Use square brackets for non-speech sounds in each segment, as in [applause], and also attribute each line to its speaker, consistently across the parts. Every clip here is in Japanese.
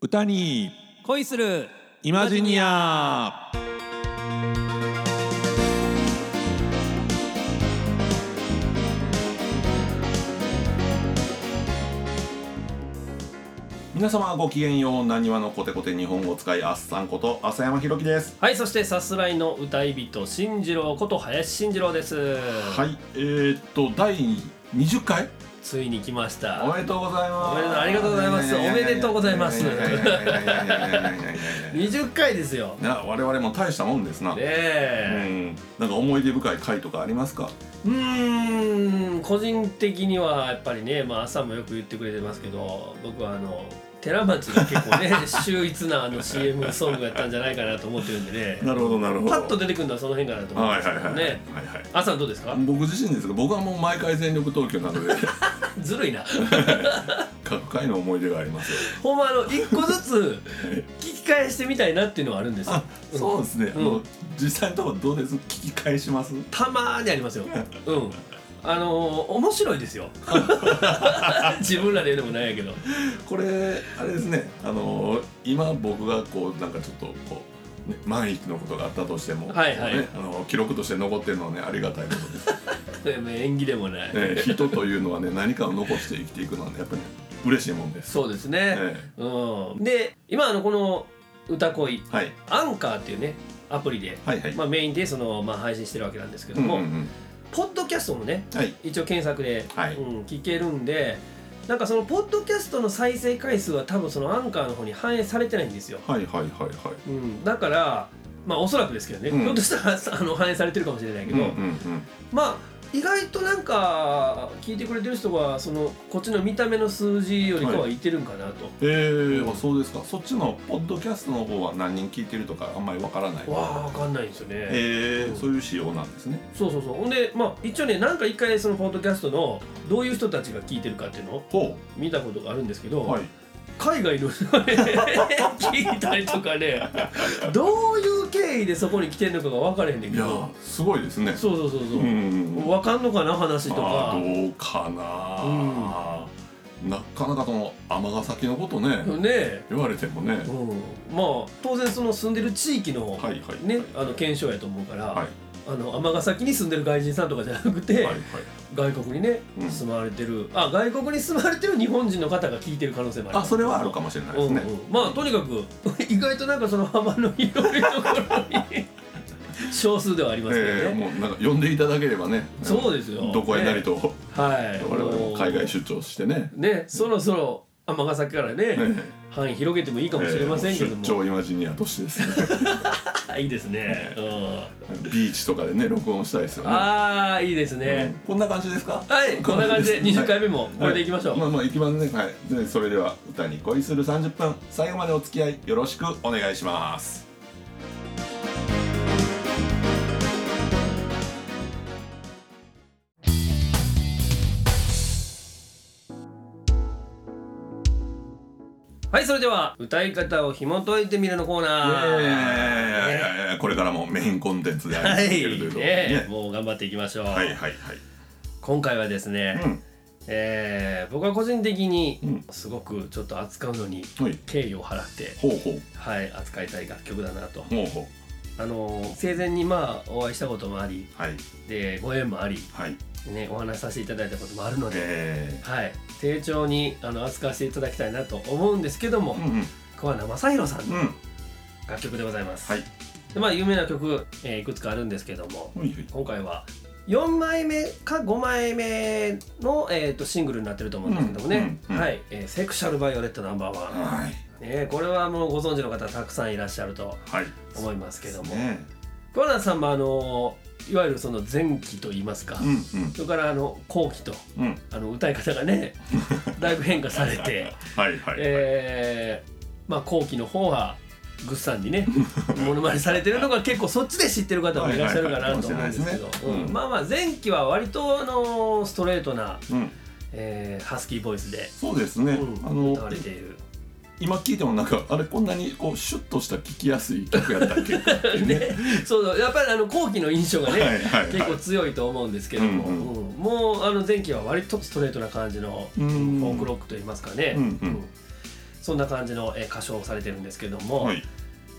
Speaker 1: 歌に
Speaker 2: 恋する
Speaker 1: イマジニア皆様ごきげんようなにわのコテコテ日本語使いあっさんこと浅山ひろきです
Speaker 2: はいそしてさすらいの歌い人進次郎こと林進次郎です
Speaker 1: はいいえー、っと第20回
Speaker 2: ついに来まし
Speaker 1: お
Speaker 2: た
Speaker 1: めでとうござい
Speaker 2: おめで
Speaker 1: ま
Speaker 2: とう
Speaker 1: す
Speaker 2: ありがとうございます
Speaker 1: やややや
Speaker 2: おめでとうございます
Speaker 1: いややいやいやいやいやいやいやいや
Speaker 2: 20回ですよね
Speaker 1: な我々も大したもんですな、
Speaker 2: え
Speaker 1: うん、なんか思い出深い回とかありますか
Speaker 2: うーん個人的にはやっぱりね、まあ、朝もよく言ってくれてますけど僕はあの寺町が結構
Speaker 1: [laughs]
Speaker 2: ね秀逸なあの CM ソングやったんじゃないかなと思ってるんでね
Speaker 1: なるほどなるほど
Speaker 2: パッと出てくるのはその辺かなと思うん
Speaker 1: は
Speaker 2: で
Speaker 1: い
Speaker 2: す
Speaker 1: は
Speaker 2: け
Speaker 1: い
Speaker 2: ど
Speaker 1: はい
Speaker 2: ね、
Speaker 1: はいはい
Speaker 2: 朝どうですか
Speaker 1: 僕自身ですが僕はもう毎回全力投球なの [laughs] で
Speaker 2: ずるいな
Speaker 1: 各回の思い出がありますよ
Speaker 2: ほんまあの一個ずつ聞き返してみたいなっていうのはあるんですよ
Speaker 1: あそうですね、
Speaker 2: うん
Speaker 1: あの実際のところどうです聞き返します
Speaker 2: たまーにありますようんあのー、面白いで
Speaker 1: [laughs]
Speaker 2: すよ自分らで言うのもないやけど
Speaker 1: これあれですねあの今僕がこうなんかちょっとこう、ね、万一のことがあったとしても、
Speaker 2: はいはい
Speaker 1: こうね、あの記録として残ってるのはねありがたいことです
Speaker 2: でも演技でもな
Speaker 1: [laughs]
Speaker 2: い、
Speaker 1: ね、人というのはね何かを残して生きていくのはねやっぱり、嬉しいもんです。
Speaker 2: そうですね、
Speaker 1: え
Speaker 2: うんで今あのこの「歌恋
Speaker 1: えはい」
Speaker 2: アンカーっていうねアプリで、
Speaker 1: はいはい。
Speaker 2: まあ、メインでその、まあ、配信してるわけなんですけ
Speaker 1: う
Speaker 2: ど
Speaker 1: んうん
Speaker 2: も、
Speaker 1: うん
Speaker 2: ポッドキャストもね
Speaker 1: はい
Speaker 2: 一応検索で、
Speaker 1: はい
Speaker 2: うん、聞けるんでなんかそのポッドキャストの再生回数は多分そのアンカーの方に反映されてないんですよ
Speaker 1: はいはいはいはい。
Speaker 2: うん、だからまあおそらくですけどね、
Speaker 1: うん
Speaker 2: ひょっとしたらあの反映されてるかもしれないけど、
Speaker 1: うんうん
Speaker 2: まあ意外となんか聞いてくれてる人はそのこっちの見た目の数字よりかはいってるんかなと、
Speaker 1: えー、あそうですかそっちのポッドキャストの方は何人聞いてるとかあんまりわからない
Speaker 2: わあわかんないんですよね、
Speaker 1: えー、そういう仕様なんですね
Speaker 2: そうそうそうほんでまあ一応ねなんか一回そのポッドキャストのどういう人たちが聞いてるかっていうのを
Speaker 1: ほ
Speaker 2: 見たことがあるんですけど、
Speaker 1: うはい
Speaker 2: 海外の人がね [laughs] 聞いたりとか
Speaker 1: [laughs]
Speaker 2: ねどういう経緯でそこに来てんのかが分からへんねん
Speaker 1: い
Speaker 2: け
Speaker 1: や
Speaker 2: ど
Speaker 1: ーすごいですね
Speaker 2: そうそうそうそう、
Speaker 1: んん
Speaker 2: 分かんのかな話とか
Speaker 1: あーどうかな、なかなかその尼崎のことね、
Speaker 2: ねえ、
Speaker 1: 言われてもね、
Speaker 2: うん、まあ当然その住んでる地域の、
Speaker 1: はいはい
Speaker 2: ね、あの検証やと思うから、
Speaker 1: はい
Speaker 2: あの尼崎に住んでる外人さんとかじゃなくて、
Speaker 1: はいはい
Speaker 2: 外国にね、
Speaker 1: うん
Speaker 2: 住まわれてるあ外国に住まわれてる日本人の方が聞いてる可能性もある
Speaker 1: あそれはあるかもしれないですね、
Speaker 2: うんうんまあとにかく [laughs] 意外となんかその幅の広いところに少数ではありますけどね、
Speaker 1: えー、もうなんか呼んでいただければね
Speaker 2: そうですよ
Speaker 1: どこへなりと、
Speaker 2: はい
Speaker 1: 我々も海外出張してね
Speaker 2: ねそろそろ尼崎からね、
Speaker 1: ね
Speaker 2: 範囲広げて
Speaker 1: [laughs]
Speaker 2: もいいかもしれませんけども、
Speaker 1: えー出張イマジニアとしてですね [laughs]
Speaker 2: あいいですね、うん
Speaker 1: ビーチとかでね録音したいですよね
Speaker 2: ああいいですね、
Speaker 1: うんこんな感じですか
Speaker 2: はいこんな感じで20回
Speaker 1: 目
Speaker 2: 目もこれでいきましょう、
Speaker 1: まあまあいきますねはいでそれでは歌に恋する30分最後までお付き合いよろしくお願いします
Speaker 2: はいそれでは歌い方を紐解いてみるのコー
Speaker 1: いや
Speaker 2: ナ
Speaker 1: いやいやい
Speaker 2: ー
Speaker 1: やいやこれからもメインコンテンツであ
Speaker 2: は
Speaker 1: り続
Speaker 2: い
Speaker 1: けるということで
Speaker 2: ね
Speaker 1: ね
Speaker 2: もう頑張っていきましょう、
Speaker 1: はいはいはい
Speaker 2: 今回はですね、
Speaker 1: うん
Speaker 2: えー僕は個人的に
Speaker 1: うん
Speaker 2: すごくちょっと扱うのに
Speaker 1: はい
Speaker 2: 敬意を払って、
Speaker 1: ほうほう
Speaker 2: はい、扱いたい楽曲だなと、
Speaker 1: ほうほ
Speaker 2: あのー生前にまあお会いしたこともあり
Speaker 1: うはい
Speaker 2: でご縁もあり、
Speaker 1: はい
Speaker 2: ね、お話しさせていただいたこともあるので、
Speaker 1: え
Speaker 2: はい、丁重にあの扱わせていただきたいなと思うんですけども、
Speaker 1: ーうん
Speaker 2: 桑名正宏さん
Speaker 1: う
Speaker 2: の
Speaker 1: んうん
Speaker 2: 楽曲でございます、
Speaker 1: はい
Speaker 2: でまあ有名な曲、えーいくつかあるんですけども
Speaker 1: ほいほい
Speaker 2: 今回は4枚目か5枚目の、えー、とシングルになってると思うんですけどもね、
Speaker 1: うんうんうん
Speaker 2: はい、えーセクシャルバイオレットナンバーワン、
Speaker 1: はい
Speaker 2: ね、これはもうご存知の方たくさんいらっしゃると
Speaker 1: はい
Speaker 2: 思いますけども
Speaker 1: ね
Speaker 2: 桑名、さんもあのいわゆるその前期といいますか、
Speaker 1: うん
Speaker 2: それからあの後期と
Speaker 1: うんうん
Speaker 2: あの歌い方
Speaker 1: [laughs]
Speaker 2: がねだいぶ変化されて、
Speaker 1: はいはいはい
Speaker 2: えーまあ、後期の方はグッさんに
Speaker 1: [laughs]
Speaker 2: ねモノマネされてるのが結構そっちで知ってる方もいらっしゃるか
Speaker 1: はいはいは
Speaker 2: ないと思うんですけ
Speaker 1: か
Speaker 2: ど
Speaker 1: もしれないですねうん
Speaker 2: うんまあまあ前期は割とあのストレートな、
Speaker 1: うん
Speaker 2: えーハスキーボイスで、
Speaker 1: そうですね、
Speaker 2: うん
Speaker 1: あの
Speaker 2: 歌われている。 [laughs]
Speaker 1: 今聞いてもなんかあれこんなにこうシュッとした聞きやすい曲やったっけ
Speaker 2: ね、そうそうやっぱりあの後期の印象がね、
Speaker 1: はいはいはい
Speaker 2: 結構強いと思うんですけども、
Speaker 1: うんう
Speaker 2: うんもうあの前期は割とストレートな感じの
Speaker 1: う
Speaker 2: フ
Speaker 1: ん
Speaker 2: ォークロックといいますかね、
Speaker 1: うんうん
Speaker 2: そんな感じの、えー歌唱をされてるんですけども、
Speaker 1: はい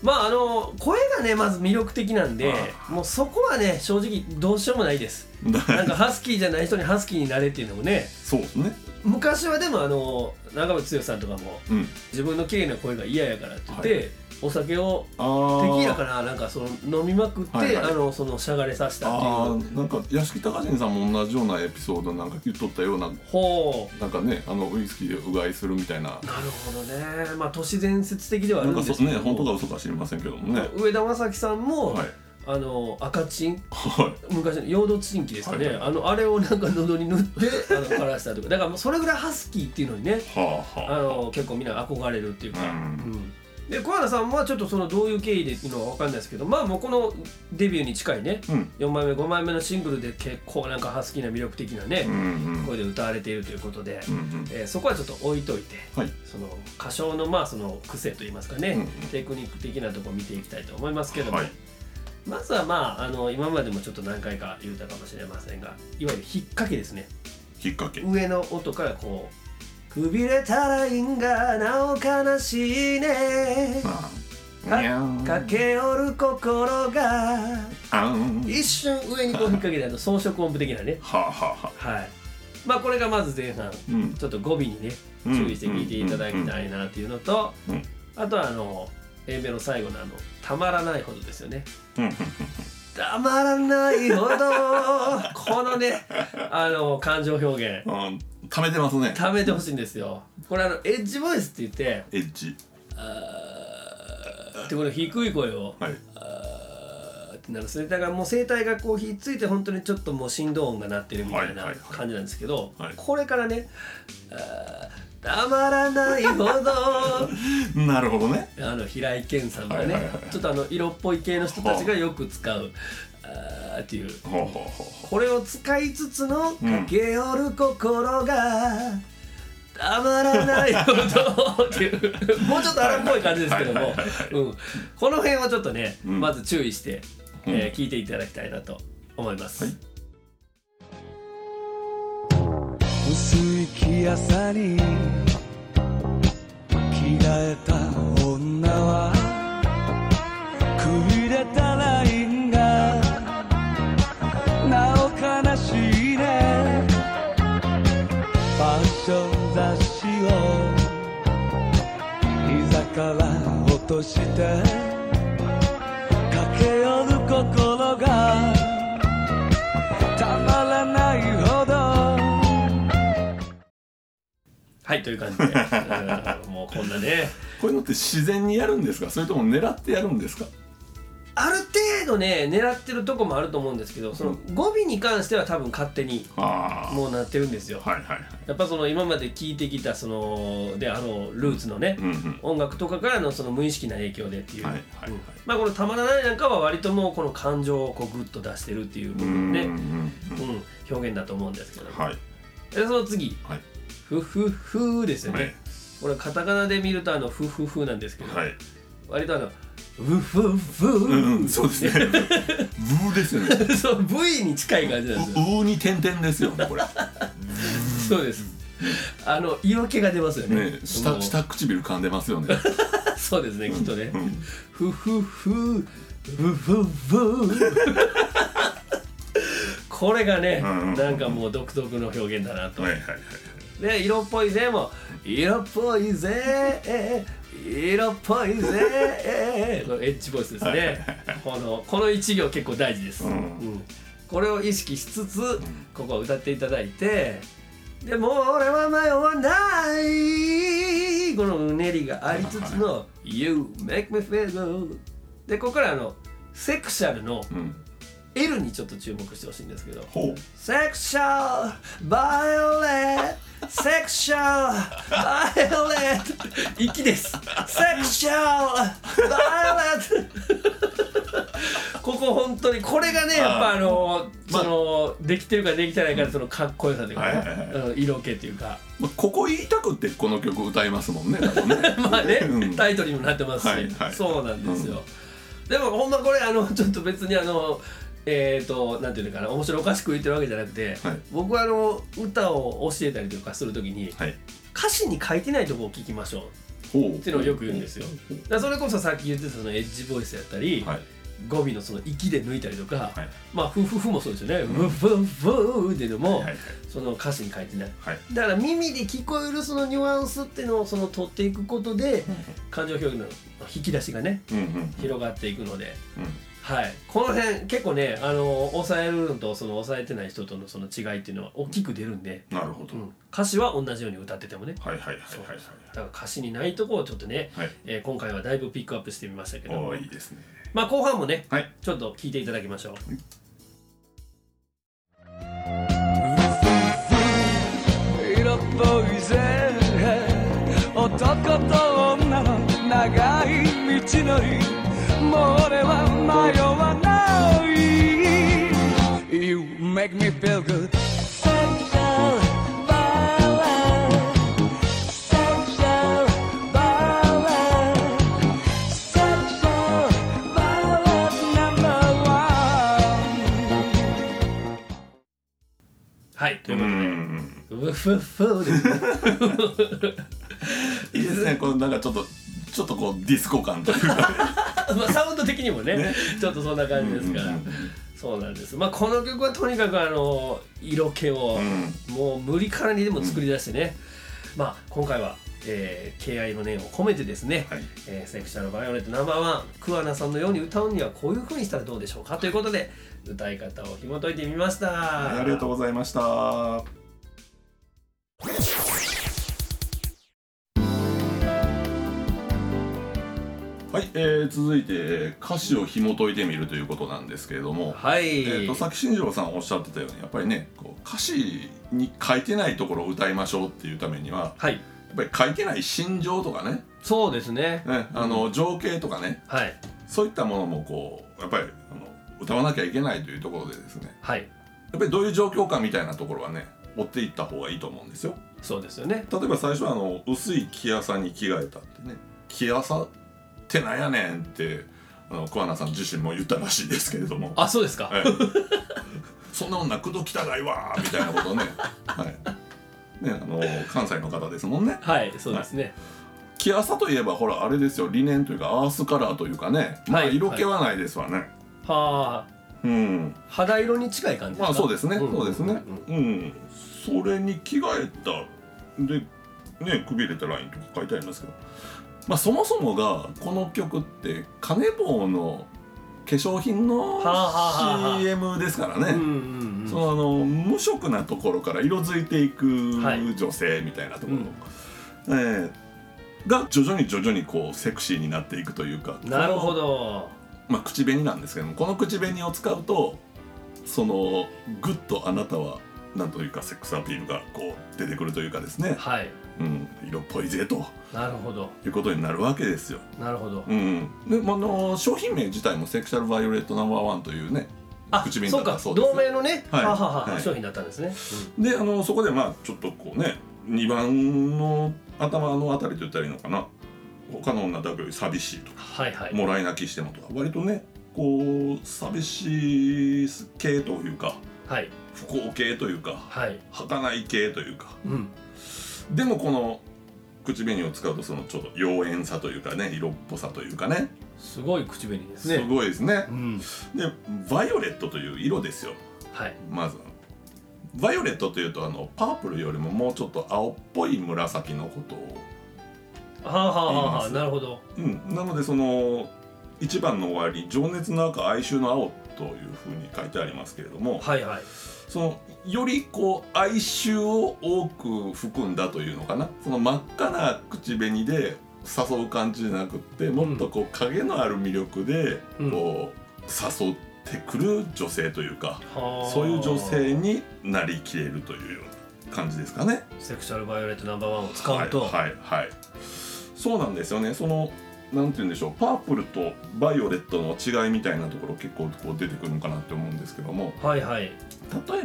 Speaker 2: まああの声がねまず魅力的なんで
Speaker 1: あ
Speaker 2: もうそこはね正直どうしようもな
Speaker 1: [laughs]
Speaker 2: いですなんかハスキーじゃない人にハスキーになれっていうのもね
Speaker 1: そうですね
Speaker 2: 昔はでもあの長渕剛さんとかも
Speaker 1: うん
Speaker 2: 自分の綺麗な声が嫌やからって言って、
Speaker 1: は
Speaker 2: お酒を
Speaker 1: あ
Speaker 2: テキ
Speaker 1: ー
Speaker 2: ーラからなんかその飲みまくって、
Speaker 1: はいはい
Speaker 2: あのそのしゃがれさせたって
Speaker 1: あ
Speaker 2: いう
Speaker 1: ーなんか屋敷隆人さんも同じようなエピソードなんか言っとったような
Speaker 2: ほう
Speaker 1: なんかねあのウイスキーでうがいするみたいな
Speaker 2: なるほどねまあ都市伝説的ではあ
Speaker 1: な
Speaker 2: る
Speaker 1: ん
Speaker 2: ん
Speaker 1: か
Speaker 2: です
Speaker 1: そ
Speaker 2: け
Speaker 1: ね
Speaker 2: ど
Speaker 1: 本当か嘘か知りませんけどもね
Speaker 2: 上田正樹さんも、
Speaker 1: はい
Speaker 2: あの赤チン
Speaker 1: はい
Speaker 2: 昔の溶土チンキですかね、
Speaker 1: はいはい
Speaker 2: あのあれをなんか喉に塗って [laughs] あの枯らしたとかだからもうそれぐらいハスキーっていうのにね
Speaker 1: はあは
Speaker 2: あの結構みんな憧れるっていうか、
Speaker 1: うん
Speaker 2: うんで小原さんはちょっとそのどういう経緯でっていうのは分かんないですけどまあもうこのデビューに近いね
Speaker 1: あうん
Speaker 2: 4枚目5枚目のシングルで結構なんかハスキーな魅力的なね
Speaker 1: うんうん
Speaker 2: 声で歌われているということで、
Speaker 1: うんうん
Speaker 2: えーそこはちょっと置いといて
Speaker 1: はい
Speaker 2: その歌唱のまあその癖といいますかね、
Speaker 1: うんうん
Speaker 2: テクニック的なところ見ていきたいと思いますけども、
Speaker 1: はい
Speaker 2: まずはまああの今までもちょっと何回か言うたかもしれませんがいわゆる引っ掛けですね
Speaker 1: きっかけ
Speaker 2: 上の音からこう「くびれたらいいんがなお悲しいね」
Speaker 1: うんにゃーん
Speaker 2: 駆け寄る心が
Speaker 1: あん
Speaker 2: 一瞬上にこう引っ掛けてあの装飾音符的なね
Speaker 1: はあはあはあ
Speaker 2: はいまあこれがまず前半
Speaker 1: うん
Speaker 2: ちょっと語尾にね
Speaker 1: うん
Speaker 2: 注意して聞いていただきたいなっていうのと、
Speaker 1: うん
Speaker 2: あとはあの A メロ最後のあの「たまらないほど」ですよね。
Speaker 1: うんうん
Speaker 2: たまらないほどこのねあの感情表現
Speaker 1: うん溜めてますね
Speaker 2: 食べてほしいんですよ。これあのエッジボイスって言って
Speaker 1: エッジ
Speaker 2: あーってこの低い声を
Speaker 1: はい
Speaker 2: あーってなるんですねだからもう声帯がこうひっついて本当にちょっともう振動音が鳴ってるみたい
Speaker 1: はい
Speaker 2: な
Speaker 1: はいはい
Speaker 2: 感じなんですけど、
Speaker 1: はい
Speaker 2: これからねあーたまらないほど
Speaker 1: なるほどね
Speaker 2: あの平井堅さんがね、
Speaker 1: はいはいはい
Speaker 2: ちょっとあの色っぽい系の人たちがよく使うあーっていう
Speaker 1: ほうほうほうほ
Speaker 2: これを使いつつの駆け寄る心が、たまらないほどっていうもうちょっと荒っぽい感じですけども
Speaker 1: はいはいはいはい
Speaker 2: うんこの辺をちょっとね、
Speaker 1: うん
Speaker 2: まず注意して、
Speaker 1: うん
Speaker 2: えー聞いていただきたいなと思います。
Speaker 1: はい
Speaker 3: 薄い気朝に着替えた女はくびれたラインがなお悲しいねファッション雑誌を膝から落として駆け寄る心がたまらないほど
Speaker 2: はいという感じで [laughs] うんもうこんなね
Speaker 1: うこういうのって自然にやるんですかそれとも狙ってやるんですか
Speaker 2: ある程度ね狙ってるとこもあると思うんですけどその語尾に関しては多分勝手に
Speaker 1: あ
Speaker 2: もうなってるんですよ
Speaker 1: あ。はいはいはい
Speaker 2: やっぱその今まで聞いてきたそのであのルーツのね、
Speaker 1: うんうん
Speaker 2: 音楽とかからのその無意識な影響でっていう、
Speaker 1: はいはいはい
Speaker 2: うんまあこの「たまらない」なんかは割ともうこの感情をこうグッと出してるっていう部分で、
Speaker 1: う
Speaker 2: う
Speaker 1: う
Speaker 2: んん
Speaker 1: ん
Speaker 2: 表現だと思うんですけど、
Speaker 1: うんはい
Speaker 2: でその次
Speaker 1: はい
Speaker 2: 「ふふふ」ですよね、
Speaker 1: はい
Speaker 2: これカタカナで見るとあの「ふふふ」なんですけど、
Speaker 1: はい
Speaker 2: 割とあの「ふふふ」
Speaker 1: うんうんそうですねブーですよね
Speaker 2: そう V に近い感じなんですよ
Speaker 1: ううに点々ですよねこれ
Speaker 2: そうですあの色気が出ますよね
Speaker 1: ね
Speaker 2: も
Speaker 1: 下
Speaker 2: う
Speaker 1: 下唇噛んでますよね
Speaker 2: そうですねきっとね、
Speaker 1: うん
Speaker 2: ふふふふふふ [laughs] これがね、
Speaker 1: うんうんうん
Speaker 2: なんかもう独特の表現だなと、
Speaker 1: はいはいはい
Speaker 2: で色っぽいぜも色っぽいぜ色っぽいぜ [laughs] これエッジボイスです
Speaker 1: はいはい
Speaker 2: ねこのこの一行結構大事です、
Speaker 1: うん
Speaker 2: うんこれを意識しつつ、ここを歌っていただいてでもう俺は迷わないこのうねりがありつつの「You make me feel good」でここからあのセクシャルの
Speaker 1: うん、
Speaker 2: L にちょっと注目してほしいんですけど
Speaker 1: ほう
Speaker 2: セクシャルバイオレットセクシャルバイオレット息ですセクシャルバイオレットここ本当にこれがねやっぱあの
Speaker 1: まあ
Speaker 2: そのできてるかできてないかでそのかっこよさというか
Speaker 1: はいはい
Speaker 2: ねうん色気というか
Speaker 1: まあ、ここ言いたくってこの曲歌いますもんね多分
Speaker 2: [laughs]
Speaker 1: ね
Speaker 2: まあね
Speaker 1: うん
Speaker 2: タイトルにもなってますし
Speaker 1: はいはい
Speaker 2: そうなんですよでもほんまこれあの [laughs] ちょっと別にあのえー、となんていうのかな面白おかしく言ってるわけじゃなくて、
Speaker 1: はい
Speaker 2: 僕はあの歌を教えたりとかするときに、
Speaker 1: はい
Speaker 2: 歌詞に書いてないとこを聞きましょう
Speaker 1: ほう
Speaker 2: っていうのをよく言うんですよだからそれこそさっき言ってたそのエッジボイスやったり、
Speaker 1: はい
Speaker 2: 語尾のその息で抜いたりとか、
Speaker 1: はい
Speaker 2: まあフフフもそうですよね、ブブブーっていうのも、
Speaker 1: はい
Speaker 2: その歌詞に書いてない
Speaker 1: はい
Speaker 2: だから耳で聞こえるそのニュアンスっていうのをその取っていくことで感情表現の引き出しがね
Speaker 1: うんうん
Speaker 2: 広がっていくので、
Speaker 1: うん
Speaker 2: はい、この辺結構ねあの抑えるのとその抑えてない人とのその違いっていうのは大きく出るんで、
Speaker 1: なるほど
Speaker 2: うん歌詞は同じように歌っててもね
Speaker 1: はいはいはいはい
Speaker 2: そうだから歌詞にないとこをちょっとね、
Speaker 1: はい
Speaker 2: えー今回はだいぶピックアップしてみましたけど
Speaker 1: お
Speaker 2: も
Speaker 1: ーいいですね
Speaker 2: まあ後半もね
Speaker 1: はい
Speaker 2: ちょっと聞いていただきましょう
Speaker 3: 色っぽいぜ男と女の長い道のりもう俺は迷わない You make me feel good Central Valley Central Valley Central Valley number one
Speaker 2: はいといううこ
Speaker 1: ん
Speaker 2: とでウフフですね
Speaker 1: いいですねこのなんかちょっとちょっとこうディスコ感という
Speaker 2: [laughs]
Speaker 1: か
Speaker 2: まあサウンド的にもね
Speaker 1: ね
Speaker 2: ちょっとそんな感じですから
Speaker 1: うんうんうん
Speaker 2: そうなんですまあこの曲はとにかくあの色気を、
Speaker 1: うん
Speaker 2: もう無理からにでも作り出してね、まあ今回は、えー敬愛の念を込めてですね、
Speaker 1: はい
Speaker 2: えーセクシャルバイオレットナンバーワン桑名さんのように歌うにはこういう風にしたらどうでしょうかということで歌い方を紐解いてみました、
Speaker 1: はいありがとうございましたははい、えー続いてえー歌詞を紐解いてみるということなんですけれども、
Speaker 2: はい、
Speaker 1: えー、とさっき新庄さんおっしゃってたようにやっぱりねこう歌詞に書いてないところを歌いましょうっていうためには
Speaker 2: はい
Speaker 1: やっぱり書いてない心情とかね
Speaker 2: そうですね
Speaker 1: ねあの情景とかね
Speaker 2: はい
Speaker 1: そういったものもこうやっぱりあの歌わなきゃいけないというところでですね
Speaker 2: はい
Speaker 1: やっぱりどういう状況かみたいなところはね追っていった方がいいと思うんですよ
Speaker 2: そうですよね
Speaker 1: 例えば最初はあの薄い着朝に着替えたってね着朝ってなんやねんってあの桑名さん自身も言ったらしいですけれども
Speaker 2: あそうですか、
Speaker 1: はいそんな女口説きたないわーみたいなこと
Speaker 2: [laughs]
Speaker 1: ね,、はい、ねあの関西の方ですもんね
Speaker 2: はいそうですね、
Speaker 1: 着朝といえばほらあれですよ理念というかアースカラーというかね、まあ、
Speaker 2: はい
Speaker 1: 色気はないですわね、
Speaker 2: は
Speaker 1: うん
Speaker 2: あ肌色に近い感じで
Speaker 1: ま
Speaker 2: すか
Speaker 1: あそうですね、
Speaker 2: うん
Speaker 1: そうですね
Speaker 2: うん
Speaker 1: うん、それに着替えたでねくびれたラインとか書いてありますけどまあそもそもがこの曲ってカネボウの化粧品の
Speaker 2: はあはあはあはあ
Speaker 1: CM ですからね、
Speaker 2: うんうんうん
Speaker 1: そのあの無色なところから色づいていく
Speaker 2: はい
Speaker 1: 女性みたいなところ、えーが徐々に徐々にこうセクシーになっていくというか
Speaker 2: なるほど
Speaker 1: まあ、口紅なんですけどもこの口紅を使うとそのグッとあなたはなんというかセックスアピールがこう出てくるというかですね、
Speaker 2: はい
Speaker 1: うん、色っぽいぜと
Speaker 2: なるほど
Speaker 1: いうことになるわけですよ。
Speaker 2: なるほど
Speaker 1: うん、で、まああの商品名自体もセクシャルバイオレットナンバーワンというね
Speaker 2: あ
Speaker 1: 口紅
Speaker 2: そ
Speaker 1: だ
Speaker 2: う
Speaker 1: った
Speaker 2: か
Speaker 1: そうです
Speaker 2: 同名のね、
Speaker 1: はい
Speaker 2: ははは
Speaker 1: はい
Speaker 2: 商品だったんですね、
Speaker 1: であのそこでまあちょっとこうね2番の頭のあたりと言ったらいいのかな他の女だけより寂しいとか
Speaker 2: はいはい
Speaker 1: もらい泣きしてもとか割とねこう寂しい系というか
Speaker 2: はい
Speaker 1: 不幸系というか
Speaker 2: はい
Speaker 1: 儚い系というか
Speaker 2: うん
Speaker 1: でもこの口紅を使うとそのちょっと妖艶さというかね色っぽさというかね
Speaker 2: すごい口紅ですね
Speaker 1: すごいですね
Speaker 2: うん
Speaker 1: でバイオレットという色ですよ
Speaker 2: はい
Speaker 1: まずバイオレットというとあのパープルよりももうちょっと青っぽい紫のことを
Speaker 2: はあはあはあは
Speaker 1: 言いま
Speaker 2: あ
Speaker 1: す
Speaker 2: なるほど
Speaker 1: うんなのでその一番の終わり情熱の赤哀愁の青というふうに書いてありますけれども
Speaker 2: はいはい
Speaker 1: そのよりこう哀愁を多く含んだというのかなその真っ赤な口紅で誘う感じじゃなくってもっとこう影のある魅力で
Speaker 2: うん
Speaker 1: こう誘ってくる女性というか、
Speaker 2: はあ
Speaker 1: そういう女性になりきれるというような感じですかね。
Speaker 2: セクシャルバイオレットナンバーワンを使うと
Speaker 1: はいはいはいそうなんですよねそのなんて言うんでしょうパープルとバイオレットの違いみたいなところ結構こう出てくるのかなって思うんですけども
Speaker 2: はいはい
Speaker 1: 例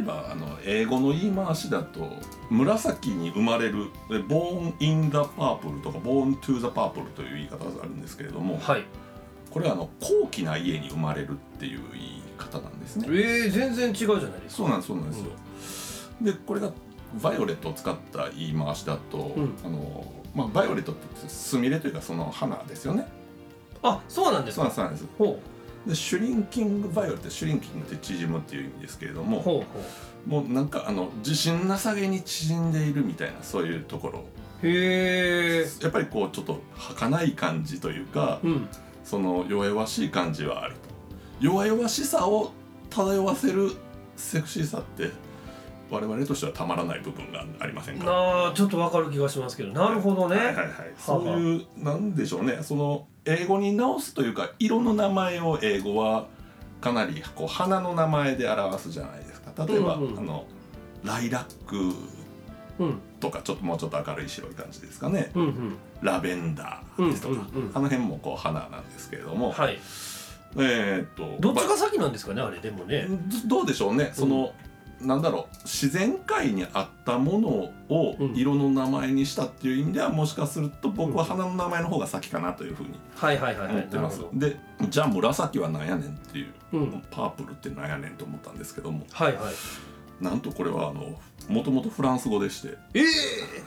Speaker 1: えばあの英語の言い回しだと紫に生まれる「で born in the purple」とか「born to the purple」という言い方があるんですけれども
Speaker 2: はい
Speaker 1: これはあの高貴な家に生まれるっていう言い方なんですね。
Speaker 2: えー、全然違うじゃないですか
Speaker 1: そうなんですそうなんですよ。でこれがバイオレットを使った言い回しだと、
Speaker 2: うん
Speaker 1: あのまあ、バイオレットってすみれというかその花ですよね。
Speaker 2: あそうなんです
Speaker 1: そう
Speaker 2: か
Speaker 1: なんですそうなんです
Speaker 2: ほ
Speaker 1: でシュリンキングバイオレットシュリンキングって縮むっていう意味ですけれど
Speaker 2: う
Speaker 1: も
Speaker 2: ほうほ
Speaker 1: もうなんかあの自信なさげに縮んでいるみたいなそういうところ
Speaker 2: うへえ
Speaker 1: やっぱりこうちょっと儚い感じというか、
Speaker 2: うん
Speaker 1: その弱々しい感じはあると弱々しさを漂わせるセクシーさって我々としてはたまらない部分がありませんか
Speaker 2: なあちょっとわかる気がしますけどなるほどね、
Speaker 1: はいはいはい、そういうなんでしょうねその英語に直すというか色の名前を英語はかなりこう花の名前で表すじゃないですか例えば、
Speaker 2: うんうん
Speaker 1: あのライラック
Speaker 2: うん
Speaker 1: とかちょっともうちょっと明るい白い感じですかね
Speaker 2: うんうん
Speaker 1: ラベンダーですとか、
Speaker 2: うんうんうん
Speaker 1: あの辺もこう花なんですけれども、
Speaker 2: はい
Speaker 1: えーっと
Speaker 2: どっち
Speaker 1: ま
Speaker 2: が先なんですかねあれでもね
Speaker 1: あどどうでしょうねその、なんだろう自然界にあったものを
Speaker 2: うん
Speaker 1: 色の名前にしたっていう意味ではもしかすると僕は花の名前の方が先かなというふうに
Speaker 2: はいはいはいは
Speaker 1: 思っ
Speaker 2: い
Speaker 1: てます、
Speaker 2: なるほ
Speaker 1: でじゃあ紫は何やねんっていう、
Speaker 2: どうん
Speaker 1: パープルって何やねんと思ったんですけども
Speaker 2: はいはい
Speaker 1: なんとこれはあのもともとフランス語でして
Speaker 2: え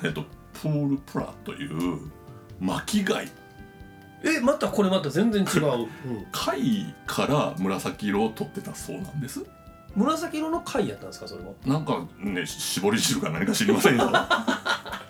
Speaker 1: えっとプールプラという巻貝
Speaker 2: ええまたこれまた全然違 [laughs] う、うん、
Speaker 1: 貝から紫色を取ってたそうなんです
Speaker 2: 紫色の貝やったんですかそれは
Speaker 1: なんかね絞り汁か何か知りませんよ [laughs]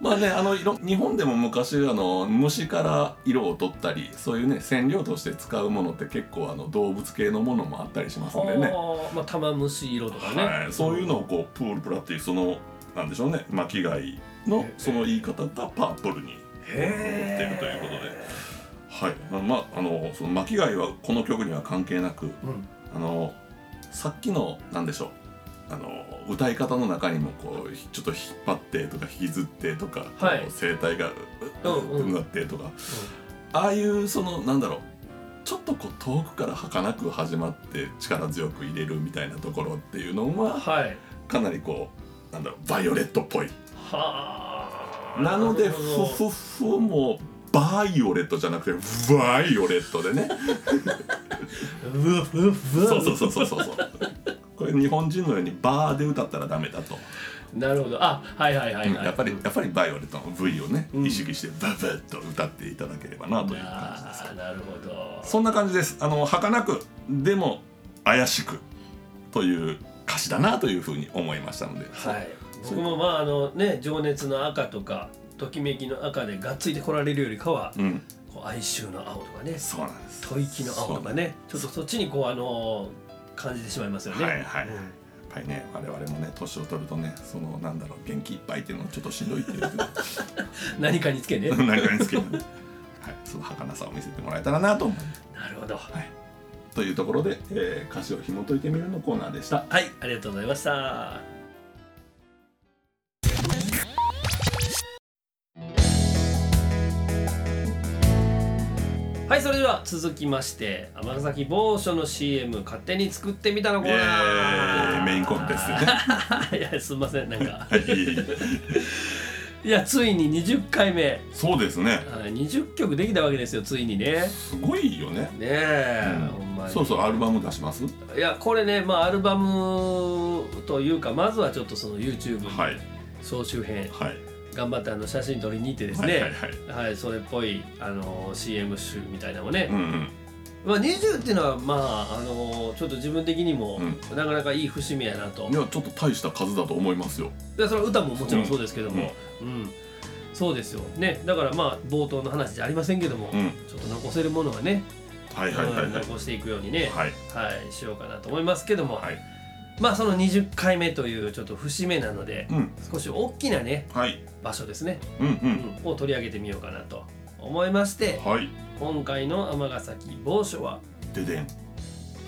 Speaker 1: まあねあの色日本でも昔あの虫から色を取ったりそういうね染料として使うものって結構あの動物系のものもあったりしますんでね
Speaker 2: あーまあ玉虫色とかね、
Speaker 1: はい、そういうのをこうプールプラっていうそのなんでしょうね巻き貝のその言い方がパープルに
Speaker 2: へ
Speaker 1: 持ってるということ
Speaker 2: え
Speaker 1: ではいまあまああのその巻き貝はこの曲には関係なく
Speaker 2: うん
Speaker 1: あのさっきのなんでしょうあの歌い方の中にもこうちょっと引っ張ってとか引きずってとか、
Speaker 2: はい
Speaker 1: こう声帯がう
Speaker 2: うんうん
Speaker 1: ううなってとか、ああいうそのなんだろうちょっとこう遠くから儚く始まって力強く入れるみたいなところっていうのは
Speaker 2: はい
Speaker 1: かなりこうなんだろうバイオレットっぽい
Speaker 2: はあ
Speaker 1: なので
Speaker 2: るほ
Speaker 1: フ
Speaker 2: ど
Speaker 1: フフもバイオレットじゃなくてバイオレットでね
Speaker 2: うわうわうわ
Speaker 1: そうそうそうそうそうそうこれ日本人のようにバーで歌ったらダメだと、
Speaker 2: なるほどあはいはいはい、はい、
Speaker 1: やっぱりやっぱりバイオレットの V をね、
Speaker 2: うん
Speaker 1: 意識してババッと歌っていただければなという感じです
Speaker 2: あーなるほど
Speaker 1: そんな感じですあの儚くでも怪しくという歌詞だなというふうに思いましたので、
Speaker 2: はい僕もまああのね情熱の赤とかときめきの赤でがっついて来られるよりかは、
Speaker 1: うん
Speaker 2: こう哀愁の青とかね
Speaker 1: そうなんです
Speaker 2: 吐息の青とかねちょっとそっちにこうあのー感じてしまいますよね
Speaker 1: はいはいはい
Speaker 2: うん
Speaker 1: やっぱりね我々もね年を取るとねそのなんだろう元気いっぱいっていうのはちょっとしんどいっていうか [laughs]
Speaker 2: 何かにつけね
Speaker 1: 何かにつけてね、はい、その儚さを見せてもらえたらなと思う
Speaker 2: なるほど
Speaker 1: というところで、えー歌詞を紐解いてみるのコーナーでした
Speaker 2: はいありがとうございましたはいそれでは続きまして尼崎某所の CM 勝手に作ってみたのコー
Speaker 1: イエ
Speaker 2: ナ
Speaker 1: ーイ
Speaker 2: ー
Speaker 1: メインコンテンツ
Speaker 2: ね [laughs] いやすいませんなんか
Speaker 1: はい
Speaker 2: いやついに20回目
Speaker 1: そうですね
Speaker 2: あ20曲できたわけですよついにね
Speaker 1: すごいよね、
Speaker 2: ねえ、
Speaker 1: うん
Speaker 2: ほんまに
Speaker 1: そうそうアルバム出します
Speaker 2: いやこれねまあアルバムというかまずはちょっとその YouTube
Speaker 1: はい
Speaker 2: 総集編
Speaker 1: はい
Speaker 2: 頑張ってあの写真撮りに行ってです
Speaker 1: はいはい
Speaker 2: ね
Speaker 1: はい
Speaker 2: はい、それっぽいあの CM 集みたいなのもね
Speaker 1: う、んうん
Speaker 2: まあ、20っていうのはまああのちょっと自分的にも
Speaker 1: う
Speaker 2: なかなかいい節目やなと、
Speaker 1: いやちょっと大した数だと思いますよ
Speaker 2: でその歌ももちろんそうですけども、うんそうですよねだからまあ冒頭の話じゃありませんけども、
Speaker 1: うん
Speaker 2: ちょっと残せるものはね、
Speaker 1: はいはいはいはい
Speaker 2: うん残していくようにね、
Speaker 1: はい
Speaker 2: はい、しようかなと思いますけども、
Speaker 1: はい
Speaker 2: まあその20回目というちょっと節目なので
Speaker 1: うん
Speaker 2: 少し大きなね
Speaker 1: はい
Speaker 2: 場所ですね、
Speaker 1: うんう
Speaker 2: うんん、を取り上げてみようかなと思いまして
Speaker 1: はい
Speaker 2: 今回の尼崎某所は
Speaker 1: ででん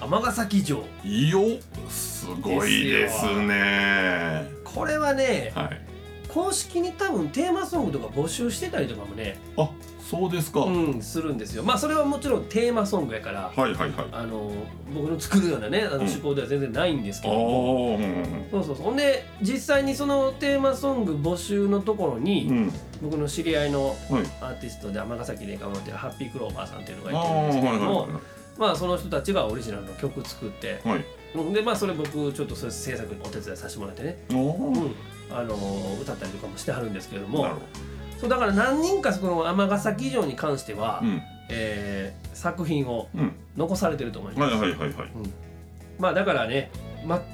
Speaker 2: 尼崎城
Speaker 1: いいよすごいですね
Speaker 2: これはね
Speaker 1: はい
Speaker 2: 公式に多分テーマソングとか募集してたりとかもね、
Speaker 1: あそうですか、はい
Speaker 2: うん、するんですよまあそれはもちろんテーマソングやから、
Speaker 1: はいはいあ
Speaker 2: あの僕の作るようなねあ
Speaker 1: ん
Speaker 2: の趣向では全然ないんですけ
Speaker 1: あ
Speaker 2: ども、
Speaker 1: ーうん
Speaker 2: そうそうそうほんで実際にそのテーマソング募集のところに、
Speaker 1: うん
Speaker 2: 僕の知り合いの
Speaker 1: はい
Speaker 2: アーティストで尼崎で頑張ってるハッピークローバーさんっていうの
Speaker 1: あ
Speaker 2: が
Speaker 1: ー
Speaker 2: いてるんですけ
Speaker 1: は
Speaker 2: ど
Speaker 1: いはい
Speaker 2: も
Speaker 1: は
Speaker 2: まあその人たちがオリジナルの曲作って
Speaker 1: はい
Speaker 2: うんでまあそれ僕ちょっとそれ制作にお手伝いさせてもらってね、
Speaker 1: おお
Speaker 2: うん、あの歌ったりとかもしてはるんですけれども
Speaker 1: なるほど
Speaker 2: そうだから何人かその尼崎城に関しては、
Speaker 1: うん
Speaker 2: えー作品を
Speaker 1: うん
Speaker 2: 残されてると思います、
Speaker 1: はいはいはいはい
Speaker 2: まあだからね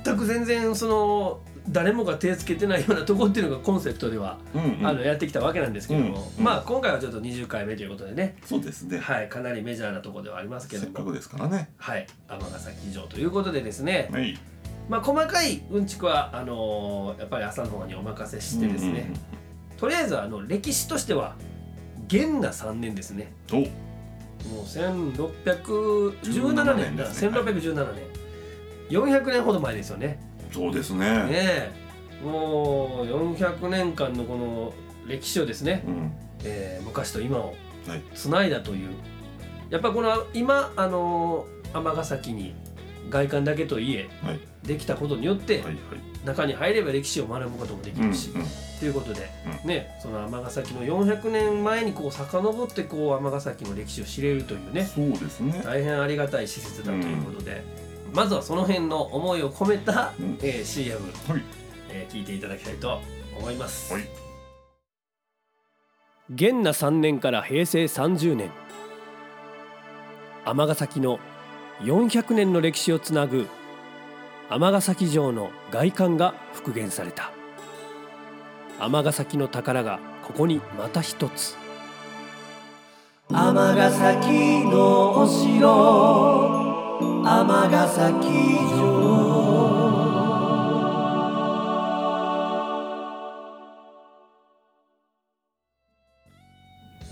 Speaker 2: 全く全然その誰もが手つけてないようなとこっていうのがコンセプトでは、
Speaker 1: うんうん
Speaker 2: あのやってきたわけなんですけども、
Speaker 1: うん
Speaker 2: まあ今回はちょっと20回目ということでね、
Speaker 1: そうですね
Speaker 2: はい、かなりメジャーなとこではありますけ
Speaker 1: せ
Speaker 2: ど
Speaker 1: っか
Speaker 2: も
Speaker 1: くですからね
Speaker 2: はい尼崎城ということでですね、
Speaker 1: はい
Speaker 2: まあ、細かいうんちくはあのーやっぱり朝の方にお任せしてですね、とりあえずあの歴史としては元那3年ですね
Speaker 1: うんうんうん
Speaker 2: もう1617年だ、
Speaker 1: ですね
Speaker 2: 1617年400年ほど前ですよね
Speaker 1: おそうです
Speaker 2: ね
Speaker 1: ね
Speaker 2: えもう400年間のこの歴史をですね、
Speaker 1: うん
Speaker 2: えー昔と今を
Speaker 1: はい
Speaker 2: つないだという、やっぱこの今あの尼崎に外観だけといえ、
Speaker 1: はい
Speaker 2: できたことによっ
Speaker 1: は
Speaker 2: て、
Speaker 1: いはい
Speaker 2: 中に入れば歴史を学ぶこともでき
Speaker 1: うんう
Speaker 2: る
Speaker 1: ん
Speaker 2: し、ということで、
Speaker 1: う
Speaker 2: ねその尼崎の400年前にこう遡ってこう尼崎の歴史を知れるというね
Speaker 1: そうですね
Speaker 2: 大変ありがたい施設だということで、まずはその辺の思いを込めた、
Speaker 1: うん
Speaker 2: えー CM、
Speaker 1: はい
Speaker 2: えー聞いていただきたいと思います。
Speaker 1: はい
Speaker 2: 元那3年から平成30年尼崎の400年の歴史をつなぐ尼崎城の外観が復元された尼崎の宝がここにまた一つ
Speaker 3: 尼崎のお城尼崎城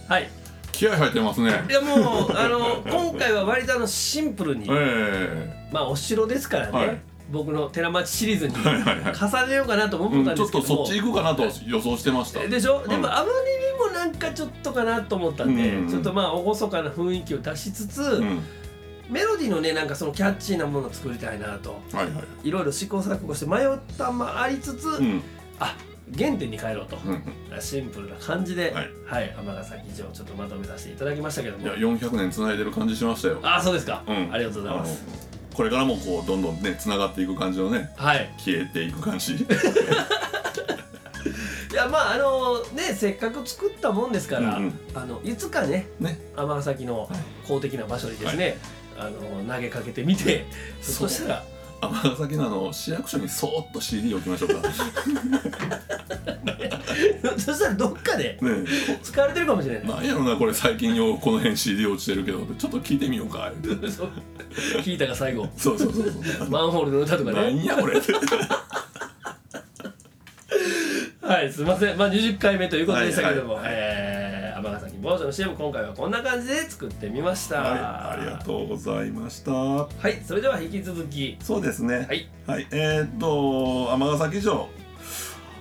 Speaker 2: はい
Speaker 1: 気合入ってますね
Speaker 2: いやもうあの今回は割とあのシンプルに
Speaker 1: え
Speaker 2: まあお城ですからね、
Speaker 1: はい
Speaker 2: 僕の寺町シリーズに
Speaker 1: えはいはいはい
Speaker 2: 重ねようかなと思
Speaker 1: う
Speaker 2: った
Speaker 1: ん
Speaker 2: ん
Speaker 1: ち
Speaker 2: で
Speaker 1: ょっ
Speaker 2: すけ
Speaker 1: と
Speaker 2: ども、
Speaker 1: そっち行くかなと予想してました
Speaker 2: でしょ、
Speaker 1: うん
Speaker 2: でもあまりにもなんかちょっとかなと思ったんで、
Speaker 1: うん
Speaker 2: ちょっとまあ厳かな雰囲気を出しつつ、
Speaker 1: うん
Speaker 2: メロディーのねなんかそのキャッチーなものを作りたいなと
Speaker 1: はいはい
Speaker 2: いろいろ試行錯誤して迷ったまありつつ、
Speaker 1: うん
Speaker 2: あ原点に帰ろうと、
Speaker 1: うん
Speaker 2: シンプルな感じでは
Speaker 1: はいい
Speaker 2: 尼崎城をちょっとまとめさせていただきましたけど
Speaker 1: い
Speaker 2: も
Speaker 1: や400年繋いでる感じしましたよ
Speaker 2: ああそうですか、
Speaker 1: うん
Speaker 2: ありがとうございます
Speaker 1: あのこれからもこうどんどんね繋がっていく感じのね
Speaker 2: はい
Speaker 1: 消えていく感じ
Speaker 2: [laughs] いやまああのねせっかく作ったもんですから、
Speaker 1: うんうん
Speaker 2: あのいつかね
Speaker 1: ね
Speaker 2: 尼崎の公的な場所にですね、あの投げかけてみて
Speaker 1: そ
Speaker 2: そうしたら [laughs]
Speaker 1: 尼崎のあの市役所にそーっと CD 置きましょう
Speaker 2: [laughs]
Speaker 1: かね
Speaker 2: そしたらどっかで
Speaker 1: え
Speaker 2: 使われてるかもしれない。
Speaker 1: なんやろなこれ最近ようこの辺 CD 落ちてるけどちょっと聞いてみよう
Speaker 2: [laughs]
Speaker 1: か言うて
Speaker 2: そう聞いたが最後
Speaker 1: そうそうそうそう
Speaker 2: マンホールの歌とか
Speaker 1: なん
Speaker 2: ね。
Speaker 1: やこれって
Speaker 2: はい、すみません。まあ20回目ということでしたけども、
Speaker 1: はいはい
Speaker 2: えー尼崎坊主の CM 今回はこんな感じで作ってみました。
Speaker 1: はいありがとうございました
Speaker 2: はい、それでは引き続き、
Speaker 1: そうですね
Speaker 2: はい、
Speaker 1: はい、えーっと尼崎城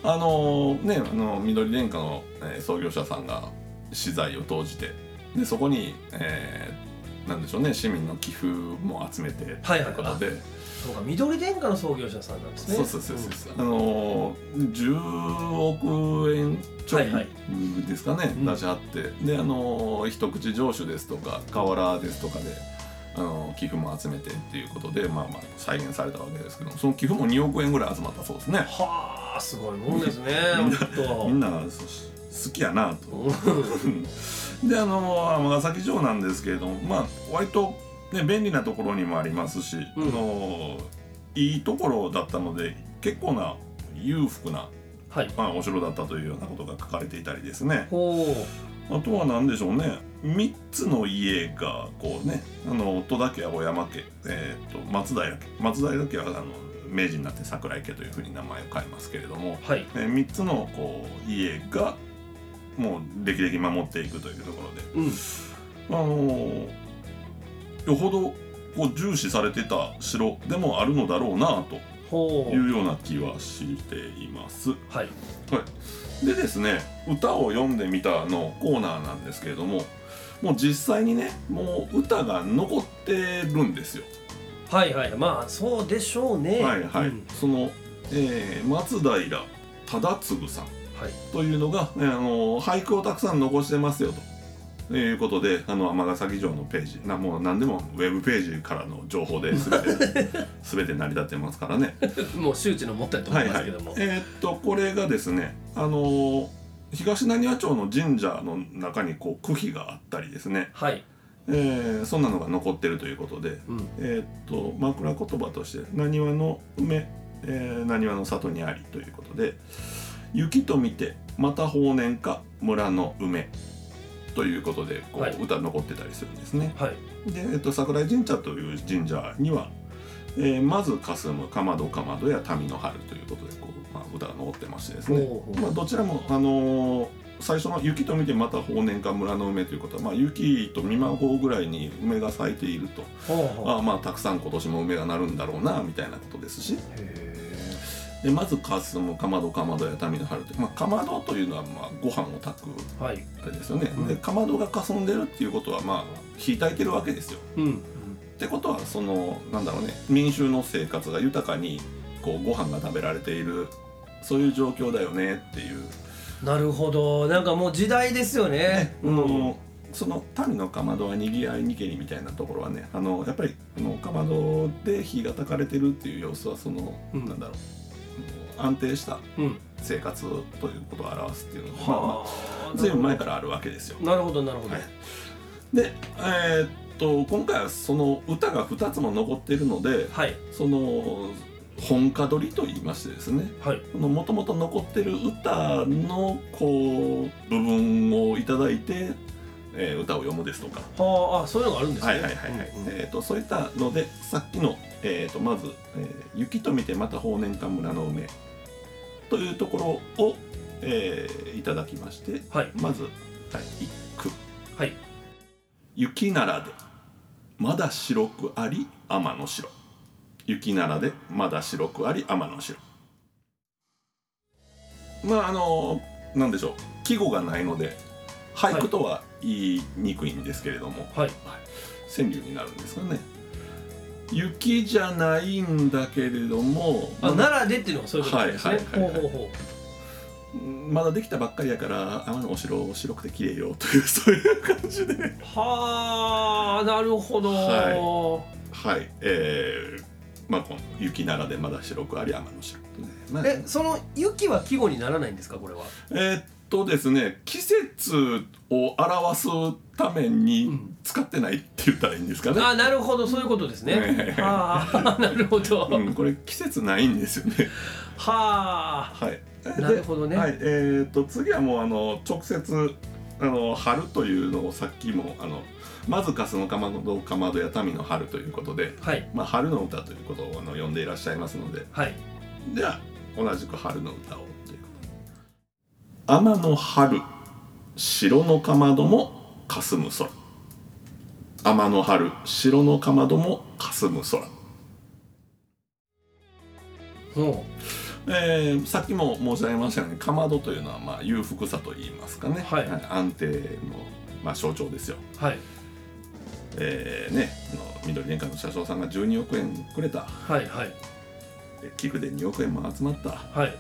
Speaker 1: あのーねあの緑殿下の、えー創業者さんが資材を投じてでそこに、えーなんでしょうね市民の寄付も集めてという
Speaker 2: はいはい
Speaker 1: ことで、
Speaker 2: そうか緑殿下の創業者さんなんですね。
Speaker 1: そうそうそうそう、あのー、10億円ちょ
Speaker 2: はいはい
Speaker 1: いですかね、
Speaker 2: うん
Speaker 1: 出しあってであのー一口上酒ですとか瓦ですとかで、あのー寄付も集めてっていうことでまあまあ再現されたわけですけどその寄付も2億円ぐらい集まったそうですね
Speaker 2: はあ、すごいもんですね。
Speaker 1: [laughs] みんなみん
Speaker 2: 本
Speaker 1: なそ好きやなと [laughs]
Speaker 2: 当。
Speaker 1: であの尼崎城なんですけれどもまあ割と、ね、便利なところにもありますし、
Speaker 2: うん
Speaker 1: あのいいところだったので結構な裕福な、
Speaker 2: はい。
Speaker 1: まあ、お城だったというようなことが書かれていたりですね
Speaker 2: ほ
Speaker 1: あとは何でしょうね3つの家がこうねあの戸田家や小山家、えー、と松平家松平家はあの明治になって桜井家というふうに名前を変えますけれども、
Speaker 2: う。はい。
Speaker 1: えー、3つのこう家がもう歴々守っていくというところで、
Speaker 2: うん。
Speaker 1: あのーよほどこう重視されてた城でもあるのだろうなと
Speaker 2: ほ。
Speaker 1: いううような気はしています。は
Speaker 2: はい。
Speaker 1: い、でですね「歌を読んでみた」のコーナーなんですけれどももう実際にねもう歌が残ってるんですよ。
Speaker 2: はいはい。まあそうでしょうね。
Speaker 1: はいはい、
Speaker 2: うん
Speaker 1: その、えー松平忠次さん
Speaker 2: はい。
Speaker 1: というのが、ねあの俳句をたくさん残してますよと。ということであの尼崎城のページなもう何でもウェブページからの情報で全
Speaker 2: [laughs]
Speaker 1: て全て成り立ってますからね。
Speaker 2: もう周知のもったやと思
Speaker 1: はいい
Speaker 2: ま
Speaker 1: は
Speaker 2: すけ
Speaker 1: い
Speaker 2: ども、、
Speaker 1: えーっとこれがですねあのー東浪速町の神社の中にこう区碑があったりですね、
Speaker 2: はい、
Speaker 1: えーそんなのが残ってるということで、
Speaker 2: うん、
Speaker 1: えーっと枕言葉として「なにわの梅えーなにわの里にあり」ということで「雪と見てまた法年か村の梅」ということでこう、
Speaker 2: はい
Speaker 1: 歌残ってたりするんですね。
Speaker 2: はい、
Speaker 1: で、えっと、桜井神社という神社には、えーまず霞むかまどかまどや民の春ということでこう、まあ、歌が残ってましてですね、
Speaker 2: ほうほう
Speaker 1: まあ、どちらも、あのー最初の「雪と見てまた法年か村の梅」ということは、まあ、雪と見まごうぐらいに梅が咲いていると
Speaker 2: ほうほう
Speaker 1: ああまあたくさん今年も梅がなるんだろうなみたいなことですし
Speaker 2: へ
Speaker 1: でまず霞むかまどかまどや民の春って、まあ、かまどというのは、まあ、ご飯を炊く
Speaker 2: ーはい、
Speaker 1: あれですよね、
Speaker 2: うん
Speaker 1: でかまどがかすんでるっていうことはまあ火炊いてるわけですよ。
Speaker 2: うん、
Speaker 1: ってことはそのなんだろうね民衆の生活が豊かにこうご飯が食べられているそういう状況だよねっていう、
Speaker 2: なるほど、なんかもう時代ですよね
Speaker 1: ね。あのその民のかまどはにぎわいにけりみたいなところはねあのやっぱりあのかまどで火が焚かれてるっていう様子はその、
Speaker 2: うん
Speaker 1: なんだろう安定した
Speaker 2: うん、
Speaker 1: 生活ということを表すっていうのが、まあま
Speaker 2: は
Speaker 1: あ、ずいぶん前からあるわけですよ。
Speaker 2: なるほど、なるほど
Speaker 1: は。いでえーっと今回はその歌が2つも残っているので
Speaker 2: はい、
Speaker 1: その本歌取りと言いましてですね
Speaker 2: はい、
Speaker 1: もともと残ってる歌のこう部分をいただいて、えー歌を読むですとか、
Speaker 2: はあ、あ、そういうのがあるんですね。
Speaker 1: はいはいはいはい、
Speaker 2: うんうん
Speaker 1: えー、とそういったのでさっきの、えー、とまず、えー雪と見てまた法年間村の梅」というところを、えーいただきまして
Speaker 2: はい、
Speaker 1: まず第一句
Speaker 2: はい、
Speaker 1: 雪ならでまだ白くあり天の城雪ならでまだ白くあり天の城まああのなんでしょう季語がないので俳句とは言いにくいんですけれども、
Speaker 2: はい、
Speaker 1: 川柳になるんですかね雪じゃないんだけれども
Speaker 2: あ、
Speaker 1: まだ
Speaker 2: ならでっていうのがそういうことなんですね。
Speaker 1: はい
Speaker 2: ほ
Speaker 1: は
Speaker 2: う
Speaker 1: い
Speaker 2: ほ
Speaker 1: は
Speaker 2: う
Speaker 1: い
Speaker 2: ほ
Speaker 1: まだできたばっかりやから天のお城白くて綺麗よというそういう感じで
Speaker 2: う。はあ、なるほど。
Speaker 1: ははい、えー、まあこの雪ならでまだ白くあり天の城とね、まあ、
Speaker 2: え、その雪は季語にならないんですか、これは。
Speaker 1: えーっとですね季節を表すため
Speaker 2: う
Speaker 1: に
Speaker 2: ん
Speaker 1: 使ってないって言ったらいいんですかね、
Speaker 2: あ、なるほど、そういうことですね。
Speaker 1: え
Speaker 2: はあ、 [laughs] なるほど。
Speaker 1: うん、これ季節ないんですよね [laughs]
Speaker 2: はあ。
Speaker 1: はいで
Speaker 2: なるほどね。
Speaker 1: はいえーっと次はもうあの直接あの春というのをさっきもあのまずかすのかまどかまどや民の春ということで、
Speaker 2: はい。
Speaker 1: まあ、春の歌ということをあの呼んでいらっしゃいますので
Speaker 2: はい。
Speaker 1: では同じく春の歌をということで天の春城のかまども霞む空天の春城のかまども霞む空
Speaker 2: ほ
Speaker 1: えーさっきも申し上げましたようにかまどというのはまあ裕福さと言いますかね、
Speaker 2: はい
Speaker 1: 安定の、まあ、象徴ですよ。
Speaker 2: う。はい。
Speaker 1: えーね、あの緑電化の社長さんが12億円くれた
Speaker 2: はい。はい。
Speaker 1: え寄付で2億円も集まった、ま
Speaker 2: はい。
Speaker 1: あ、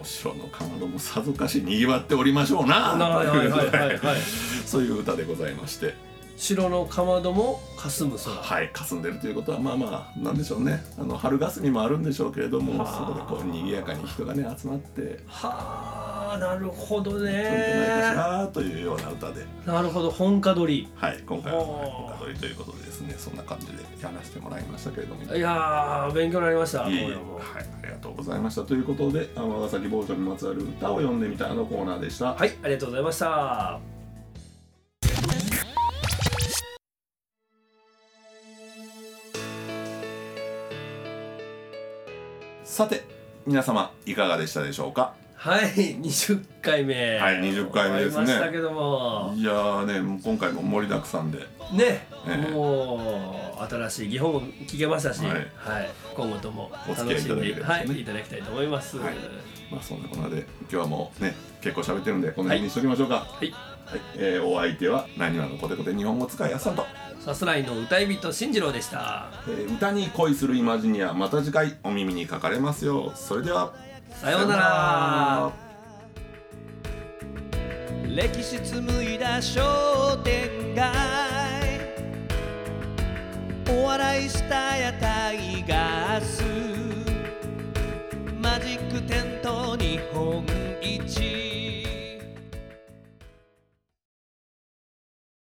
Speaker 1: お城のかまどもさぞかしにぎわっておりましょうな
Speaker 2: はい
Speaker 1: と
Speaker 2: はいいうはいはいはい。
Speaker 1: そういう歌でございまして、
Speaker 2: 城のかまども霞む空。
Speaker 1: はい、霞んでるということはまあまあなんでしょうねあの春霞もあるんでしょうけれどもそこ
Speaker 2: はあ
Speaker 1: でこう賑やかに人がね集まって。
Speaker 2: はあ、なるほど
Speaker 1: そうじゃないかし
Speaker 2: ね。
Speaker 1: らというような歌で、
Speaker 2: なるほど、本家取
Speaker 1: はい、今回は
Speaker 2: ほう
Speaker 1: 「おかどり」ということでですねそんな感じでやらせてもらいましたけれども
Speaker 2: り。いやー、勉強になりました。
Speaker 1: いえいえはい
Speaker 2: これも、
Speaker 1: ありがとうございましたということで尼崎坊女にまつわる歌を読んでみたのコーナーでした
Speaker 2: はい、ありがとうございました。
Speaker 1: さて皆様いかがでしたでしょうか
Speaker 2: はい、20回目。
Speaker 1: はい20回目ですね
Speaker 2: 終わりましたけども。
Speaker 1: いやーねもう今回も盛りだくさんで
Speaker 2: ね、
Speaker 1: ええ
Speaker 2: もう新しい技法も聞けましたし、は
Speaker 1: はい
Speaker 2: い、今後とも
Speaker 1: お付き
Speaker 2: 楽
Speaker 1: 合い
Speaker 2: し
Speaker 1: いた
Speaker 2: ん
Speaker 1: だけ
Speaker 2: で
Speaker 1: ればですね
Speaker 2: はい、いただきたいと思います。、
Speaker 1: はいまあそんなこんなで今日はもうね結構喋ってるんでこの辺にしときましょうかはいえーお相手はなにわのコテコテ日本語使いあっさんと、
Speaker 2: さすらいの歌い人進次郎でした。
Speaker 1: えー歌に恋するイマジニアまた次回お耳にかかれますようそれでは
Speaker 2: さようなら。
Speaker 1: 「
Speaker 3: 歴史紡いだ商店街お笑いスターや太